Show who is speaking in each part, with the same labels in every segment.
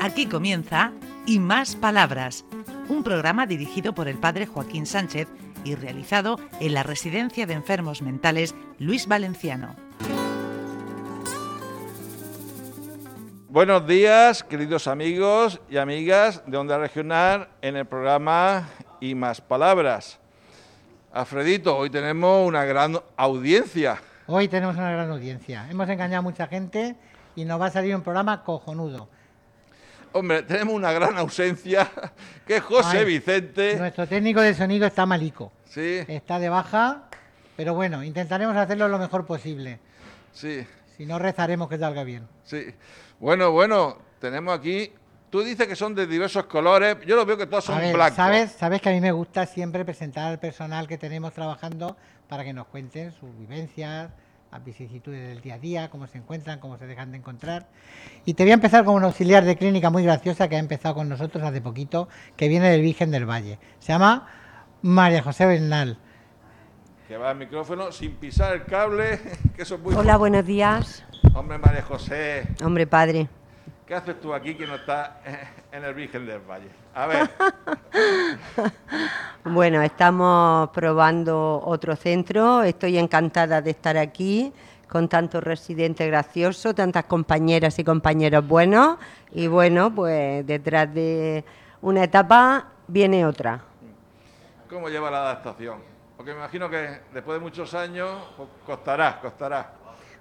Speaker 1: Aquí comienza Y Más Palabras, un programa dirigido por el padre Joaquín Sánchez y realizado en la Residencia de Enfermos Mentales Luis Valenciano.
Speaker 2: Buenos días, queridos amigos y amigas de Onda Regional en el programa Y Más Palabras. Alfredito, hoy tenemos una gran audiencia.
Speaker 3: Hoy tenemos una gran audiencia. Hemos engañado a mucha gente y nos va a salir un programa cojonudo.
Speaker 2: Hombre, tenemos una gran ausencia, que es José
Speaker 3: Ay,
Speaker 2: Vicente.
Speaker 3: Nuestro técnico de sonido está malico.
Speaker 2: Sí,
Speaker 3: Está de baja, pero bueno, intentaremos hacerlo lo mejor posible.
Speaker 2: sí,
Speaker 3: Si no, rezaremos que salga bien.
Speaker 2: sí. Bueno, bueno, tenemos aquí... Tú dices que son de diversos colores. Yo lo veo que todos
Speaker 3: A
Speaker 2: son
Speaker 3: ver,
Speaker 2: blancos.
Speaker 3: ¿sabes, sabes que a mí me gusta siempre presentar al personal que tenemos trabajando para que nos cuenten sus vivencias, las vicisitudes del día a día, cómo se encuentran, cómo se dejan de encontrar. Y te voy a empezar con un auxiliar de clínica muy graciosa que ha empezado con nosotros hace poquito, que viene del Virgen del Valle. Se llama María José Bernal.
Speaker 2: Que va el micrófono sin pisar el cable, que eso es muy...
Speaker 4: Hola, buenos días.
Speaker 2: Hombre, María José,
Speaker 4: Hombre, padre.
Speaker 2: ¿qué haces tú aquí que no estás en el Virgen del Valle? A ver,
Speaker 4: Bueno, estamos probando otro centro. Estoy encantada de estar aquí con tantos residentes graciosos, tantas compañeras y compañeros buenos. Y bueno, pues detrás de una etapa viene otra.
Speaker 2: ¿cómo lleva la adaptación? Porque me imagino que después de muchos años pues, costará, costará.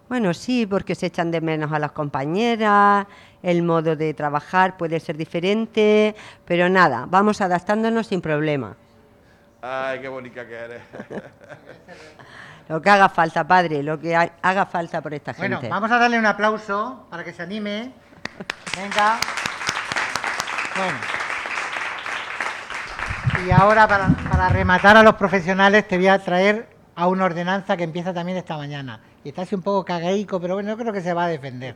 Speaker 4: Bueno, sí, porque se echan de menos a las compañeras, el modo de trabajar puede ser diferente, pero nada, vamos adaptándonos sin problema.
Speaker 2: Ay, qué bonita que eres.
Speaker 4: Lo que haga falta, padre, lo que ha- haga falta por esta
Speaker 3: Bueno,
Speaker 4: gente.
Speaker 3: vamos a darle un aplauso para que se anime. Venga. Bueno. Y ahora para, para rematar a los profesionales te voy a traer a una ordenanza que empieza también esta mañana. Y está así un poco cagaico, pero bueno, yo creo que se va a defender.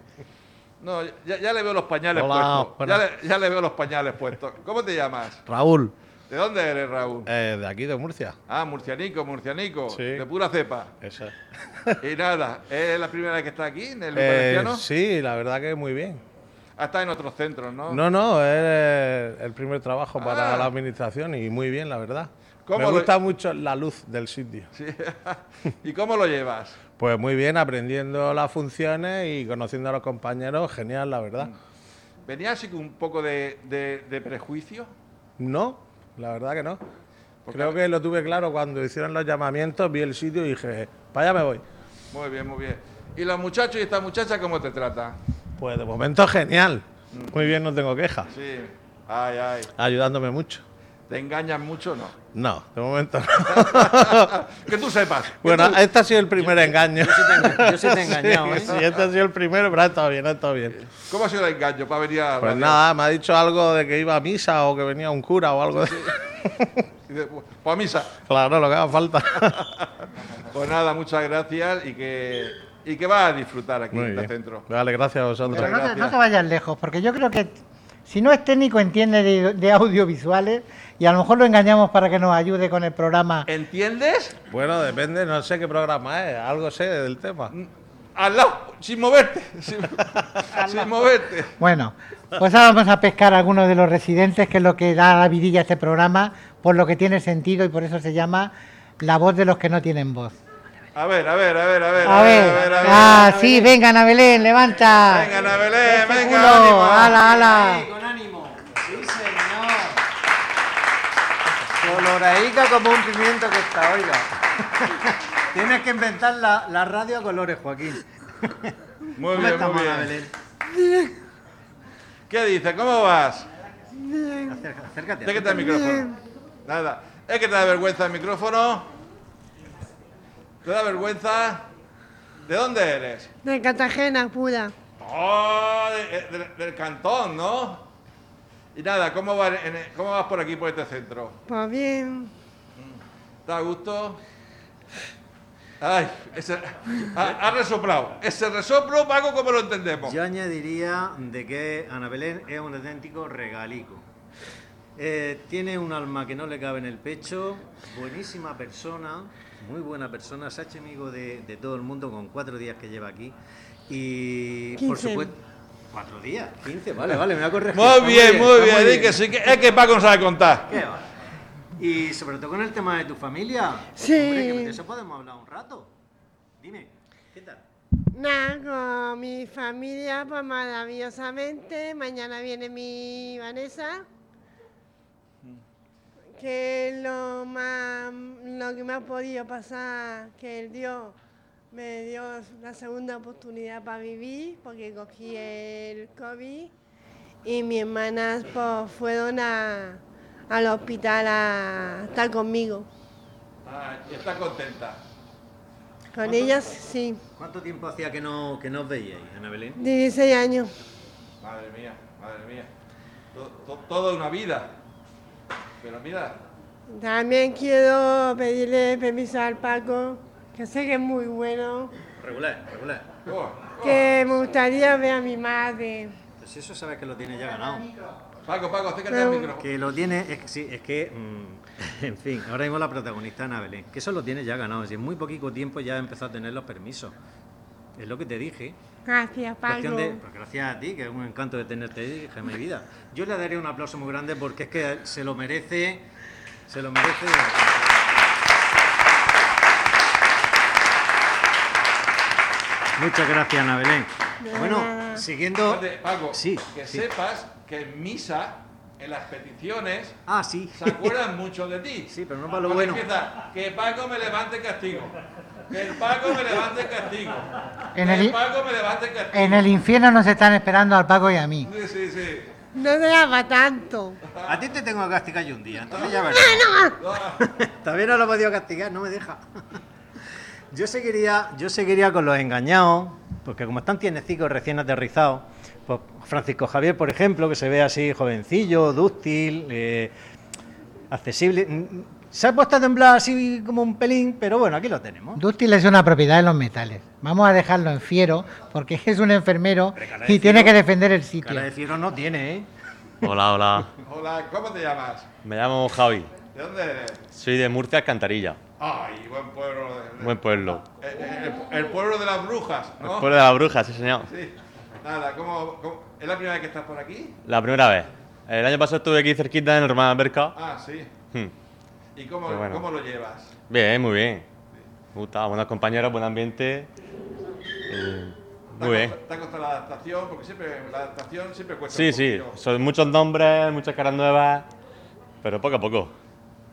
Speaker 2: No, ya, ya le veo los pañales
Speaker 5: Hola,
Speaker 2: puestos. Ya
Speaker 5: buenas.
Speaker 2: le, ya le veo los pañales puestos. ¿Cómo te llamas?
Speaker 5: Raúl,
Speaker 2: ¿De dónde eres, Raúl?
Speaker 5: eh, de aquí, de Murcia.
Speaker 2: Ah, murcianico, murcianico,
Speaker 5: Sí.
Speaker 2: de pura cepa.
Speaker 5: Esa.
Speaker 2: Y nada, ¿es la primera vez que estás aquí en el
Speaker 5: Eh,
Speaker 2: Valenciano?
Speaker 5: sí, la verdad que muy bien.
Speaker 2: Ah, estás en otros centros, ¿no?
Speaker 5: No, no, es eh, el primer trabajo
Speaker 2: Ah.
Speaker 5: para la administración y muy bien, la verdad.
Speaker 2: ¿Cómo
Speaker 5: Me
Speaker 2: lo-
Speaker 5: gusta mucho la luz del sitio.
Speaker 2: Sí. ¿Y cómo lo llevas?
Speaker 5: Pues muy bien, aprendiendo las funciones y conociendo a los compañeros, genial, la verdad.
Speaker 2: ¿Venía así con un poco de, de- de prejuicio? Mm.
Speaker 5: No, la verdad que no.
Speaker 2: Porque-
Speaker 5: Creo que lo tuve claro cuando hicieron los llamamientos, vi el sitio y dije, para allá me voy.
Speaker 2: Muy bien, muy bien. ¿Y los muchachos y esta muchacha cómo te tratan?
Speaker 5: Pues de momento genial.
Speaker 2: Mm.
Speaker 5: Muy bien, no tengo quejas.
Speaker 2: Sí. Ay, ay.
Speaker 5: Ayudándome mucho.
Speaker 2: ¿Te engañan mucho o no?
Speaker 5: No, de momento no.
Speaker 2: Que tú sepas. que
Speaker 5: Bueno,
Speaker 2: tú-
Speaker 5: este ha sido el primer engaño.
Speaker 6: Yo sí te, enga- yo sí te he engañado, ¿eh?
Speaker 5: Sí, este ha sido el primero, pero ha estado bien, ha estado bien.
Speaker 2: ¿Cómo ha sido el engaño para venir a la
Speaker 5: Pues
Speaker 2: radio?
Speaker 5: nada, me ha dicho algo de que iba a misa o que venía un cura o algo. de-
Speaker 2: Y de- Pues a misa.
Speaker 5: Claro, lo que haga falta.
Speaker 2: Pues nada, muchas gracias y que, y que vas a disfrutar aquí
Speaker 5: Muy
Speaker 2: en el
Speaker 5: bien.
Speaker 2: centro.
Speaker 5: Vale, gracias a
Speaker 3: Pero
Speaker 5: vosotros.
Speaker 3: no, te,
Speaker 2: gracias.
Speaker 3: no te vayas lejos, porque yo creo que si no es técnico, entiende de, de audiovisuales y a lo mejor lo engañamos para que nos ayude con el programa.
Speaker 2: ¿Entiendes?
Speaker 5: Bueno, depende, no sé qué programa es, algo sé del tema.
Speaker 6: Mm.
Speaker 2: Al lado, sin moverte. Sin, sin moverte.
Speaker 3: Bueno, pues ahora vamos a pescar a algunos de los residentes, que es lo que da la vidilla a este programa, por lo que tiene sentido y por eso se llama La voz de los que no tienen voz.
Speaker 2: A ver, a ver, a ver, a ver.
Speaker 3: A ver, ah, sí, venga, Ana Belén, levanta.
Speaker 2: Venga, Ana Belén,
Speaker 3: Ese
Speaker 2: venga,
Speaker 3: culo,
Speaker 2: ánimo.
Speaker 3: ala,
Speaker 6: Ahí,
Speaker 3: ala.
Speaker 6: con ánimo. Sí, señor. Coloraica como un pimiento que está, oiga. Tienes que inventar la, la radio a colores, Joaquín.
Speaker 2: Muy
Speaker 6: ¿Cómo
Speaker 2: bien, muy
Speaker 6: estamos, Ana
Speaker 2: bien.
Speaker 6: Belén?
Speaker 2: ¿Qué dices? ¿Cómo vas?
Speaker 6: Acerca- Acércate.
Speaker 2: Acércate al micrófono. Nada. ¿Es que te da vergüenza el micrófono? ¿Te da vergüenza? ¿De dónde eres?
Speaker 7: De Cartagena, pura.
Speaker 2: Oh, de- de- del cantón, ¿no? Y nada, ¿cómo, va en el- ¿cómo vas por aquí, por este centro?
Speaker 7: Pues bien.
Speaker 2: ¿Está a gusto? Ay, ese, ha, ha resoplado. Ese resoplo, Paco, como lo entendemos.
Speaker 6: Yo añadiría de que Ana Belén es un auténtico regalico. Eh, tiene un alma que no le cabe en el pecho, buenísima persona, muy buena persona, se ha hecho amigo de, de todo el mundo con cuatro días que lleva aquí. Y por
Speaker 7: Quince.
Speaker 6: supuesto, Cuatro días. 15, vale, vale, me voy a corregir.
Speaker 2: Muy
Speaker 6: Está
Speaker 2: bien, muy
Speaker 6: está
Speaker 2: bien. di que sí que- es que Paco no sabe contar.
Speaker 6: ¿Qué va? Y sobre todo con el tema de tu familia.
Speaker 7: Sí.
Speaker 6: Hombre, que de eso podemos hablar un rato. Dime, ¿qué tal?
Speaker 7: Nada, con mi familia, pues maravillosamente. Mañana viene mi Vanessa. Que es lo, más, lo que me ha podido pasar, que el Dios me dio la segunda oportunidad para vivir, porque cogí el COVID. Y mis hermanas pues, fueron a- al hospital a estar conmigo.
Speaker 2: Ah, está contenta.
Speaker 7: Con ellas, sí.
Speaker 6: ¿Cuánto tiempo hacía que no, que no os veíais, Ana Belén?
Speaker 7: 16 años.
Speaker 2: Madre mía, madre mía. To- to- Toda una vida. Pero mira,
Speaker 7: También quiero pedirle permiso al Paco, que sé que es muy bueno,
Speaker 6: Regular, regular.
Speaker 2: oh,
Speaker 7: que me gustaría ver a mi madre.
Speaker 6: Pues eso sabes que lo tiene ya ganado.
Speaker 2: Paco, Paco, acércate al micrófono.
Speaker 6: Que lo tiene, es que, sí, es que, mm, en fin, ahora mismo la protagonista Ana Belén, que eso lo tiene ya ganado. Es decir, en muy poquito tiempo ya empezó a tener los permisos. Es lo que te dije.
Speaker 7: Gracias, Paco.
Speaker 6: Cuestión de- pues gracias a ti, que es un encanto de tenerte ahí, hija de mi vida. Yo le daré un aplauso muy grande porque es que se lo merece, se lo merece. Muchas gracias, Ana Belén.
Speaker 7: De
Speaker 6: Bueno,
Speaker 7: nada.
Speaker 6: siguiendo.
Speaker 2: Espérate, Paco,
Speaker 6: sí,
Speaker 2: que
Speaker 6: sí.
Speaker 2: sepas que en misa, en las peticiones,
Speaker 6: Ah, sí.
Speaker 2: se acuerdan mucho de ti.
Speaker 6: Sí, pero no para lo
Speaker 2: Porque
Speaker 6: bueno.
Speaker 2: empieza, que Paco me levante el castigo. Que el Paco me levante el castigo.
Speaker 3: En
Speaker 2: que
Speaker 3: el-
Speaker 2: el Paco me levante el castigo.
Speaker 3: En el infierno nos están esperando al Paco y a mí.
Speaker 2: Sí, sí, sí.
Speaker 7: No se llama tanto.
Speaker 6: A ti te tengo que castigar yo un día, entonces ya verás. Todavía no lo he podido castigar, no me deja. Yo seguiría, yo seguiría con los engañados, porque como están tiernecicos recién aterrizados, pues Francisco Javier, por ejemplo, que se ve así jovencillo, dúctil, eh, accesible. mm, Se ha puesto a temblar así como un pelín, pero bueno, aquí lo tenemos.
Speaker 3: Dúctil es una propiedad de los metales. Vamos a dejarlo en fiero porque es un enfermero
Speaker 6: Hombre, cara de
Speaker 3: y tiene que
Speaker 6: fiero.
Speaker 3: defender el sitio.
Speaker 6: Cara de fiero no tiene, ¿eh?
Speaker 8: Hola, hola.
Speaker 2: Hola, ¿cómo te llamas?
Speaker 8: Me llamo Javi.
Speaker 2: ¿De dónde eres?
Speaker 8: Soy de Murcia, Alcantarilla.
Speaker 2: Ay, buen pueblo. de- de-
Speaker 8: Buen pueblo.
Speaker 2: El, el- Eh, el pueblo de las brujas,
Speaker 8: El
Speaker 6: Oh.
Speaker 2: ¿no?
Speaker 8: pueblo de la bruja, sí, señor.
Speaker 2: Sí. Nada, ¿cómo, cómo- es la primera vez que estás por aquí?
Speaker 8: La primera vez. El año pasado estuve aquí cerquita en Román Alberca.
Speaker 2: Ah, sí.
Speaker 8: Hmm.
Speaker 2: ¿Y cómo,
Speaker 8: Pero bueno.
Speaker 2: cómo lo llevas?
Speaker 8: Bien, muy bien. Me gusta, buenos compañeros, buen ambiente. Eh,
Speaker 2: ¿Te ha
Speaker 8: muy bien.
Speaker 2: costa- ¿Te ha costado la adaptación? Porque siempre la adaptación siempre cuesta
Speaker 8: Sí,
Speaker 2: un
Speaker 8: sí.
Speaker 2: poquillo.
Speaker 8: Son muchos nombres, muchas caras nuevas. Pero poco a poco.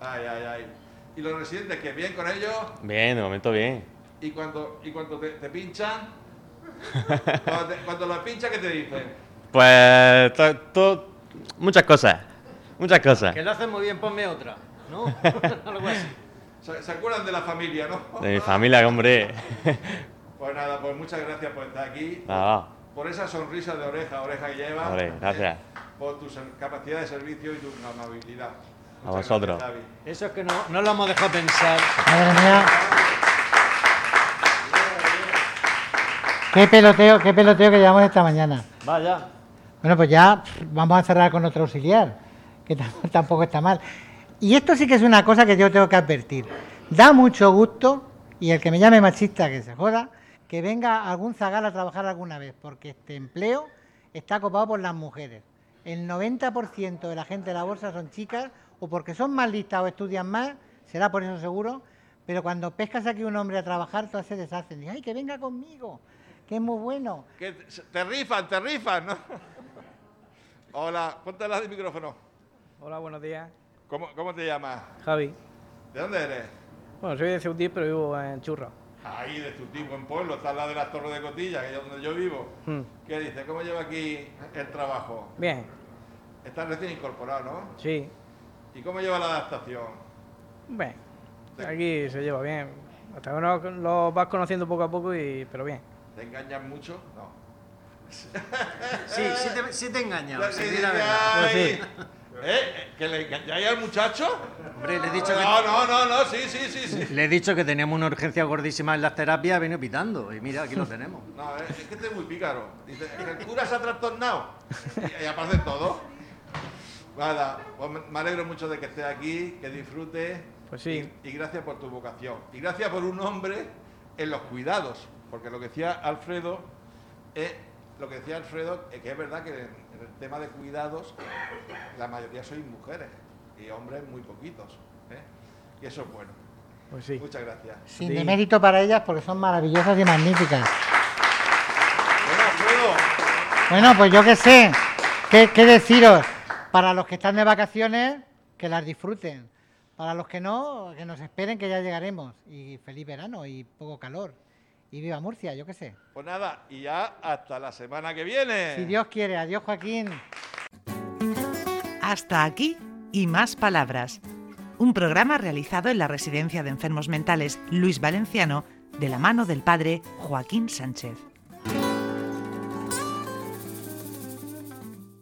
Speaker 2: Ay, ay, ay. ¿Y los residentes que bien con ellos?
Speaker 8: Bien, de momento bien.
Speaker 2: ¿Y cuando, y cuando te, te pinchan? cuando, te- cuando los pinchan, ¿qué te dicen?
Speaker 8: Pues. to- to- muchas cosas. Muchas cosas.
Speaker 6: Que lo hacen muy bien, ponme otra. ¿No? Algo así.
Speaker 2: ¿Se, se acuerdan de la familia, no?
Speaker 8: De mi familia, hombre.
Speaker 2: Pues nada, pues muchas gracias por estar aquí.
Speaker 8: Nada,
Speaker 2: Por esa sonrisa de oreja a oreja que llevas.
Speaker 8: hombre, gracias.
Speaker 2: Por tu ser- capacidad de servicio y tu amabilidad.
Speaker 8: A
Speaker 2: Muchas
Speaker 8: vosotros.
Speaker 2: gracias, David.
Speaker 6: Eso es que no, no lo hemos dejado pensar.
Speaker 3: Madre mía. Qué peloteo, qué peloteo que llevamos esta mañana.
Speaker 6: Vaya.
Speaker 3: Bueno, pues ya pff, vamos a cerrar con nuestro auxiliar, que tam- tampoco está mal. Y esto sí que es una cosa que yo tengo que advertir. Da mucho gusto, y el que me llame machista que se joda, que venga algún zagal a trabajar alguna vez, porque este empleo está copado por las mujeres. El 90% de la gente de la bolsa son chicas, o porque son más listas o estudian más, será por eso seguro, pero cuando pescas aquí un hombre a trabajar, todas se deshacen. Dicen, ay, que venga conmigo, que es muy bueno.
Speaker 2: Que te te rifan, te rifan, ¿no? Hola, ponte al lado del micrófono.
Speaker 9: Hola, buenos días.
Speaker 2: ¿Cómo, cómo te llamas?
Speaker 9: Javi.
Speaker 2: ¿De dónde eres?
Speaker 9: Bueno, soy de Ceutí, pero vivo en Churra.
Speaker 2: Ahí, de tu tipo, en pueblo, está al lado de las Torres de Cotilla, que es donde yo vivo.
Speaker 9: Hmm.
Speaker 2: ¿Qué dices? ¿Cómo lleva aquí el trabajo?
Speaker 9: Bien,
Speaker 2: Estás recién incorporado, ¿no?
Speaker 9: sí.
Speaker 2: ¿Y cómo lleva la adaptación?
Speaker 9: Bien. Aquí se lleva bien. Hasta que no lo vas conociendo poco a poco, y, pero bien.
Speaker 2: ¿Te engañan mucho? No.
Speaker 6: Sí, sí te, sí te he engañado. pues, sí, Pues di la verdad.
Speaker 2: Ay, ¿Eh? ¿Que le engañáis al muchacho?
Speaker 6: Hombre, le he dicho que.
Speaker 2: No, no, no, no, sí, sí, sí, sí.
Speaker 6: Le he dicho que teníamos una urgencia gordísima en las terapias, ha venido pitando. Y mira, aquí lo tenemos.
Speaker 2: No, es es que este es muy pícaro. Dice, "Es que el cura se ha trastornado. Y, y aparece todo. Nada, pues me- me alegro mucho de que estés aquí, que disfrutes.
Speaker 9: Pues sí.
Speaker 2: Y, y gracias por tu vocación. Y gracias por un hombre en los cuidados. Porque lo que decía Alfredo es lo que decía Alfredo, eh, que es verdad que en el tema de cuidados la mayoría sois mujeres y hombres muy poquitos. ¿eh? Y eso es bueno.
Speaker 9: Pues sí.
Speaker 2: Muchas gracias.
Speaker 3: Sin demérito para ellas porque son maravillosas y magníficas.
Speaker 2: Bueno, Alfredo,
Speaker 3: Bueno, pues yo qué sé, qué, qué deciros. Para los que están de vacaciones, que las disfruten. Para los que no, que nos esperen que ya llegaremos. Y feliz verano y poco calor. Y viva Murcia, yo qué sé.
Speaker 2: pues nada, y ya hasta la semana que viene.
Speaker 3: Si Dios quiere, adiós Joaquín.
Speaker 1: Hasta aquí y más palabras. Un programa realizado en la Residencia de Enfermos Mentales Luis Valenciano de la mano del padre Joaquín Sánchez.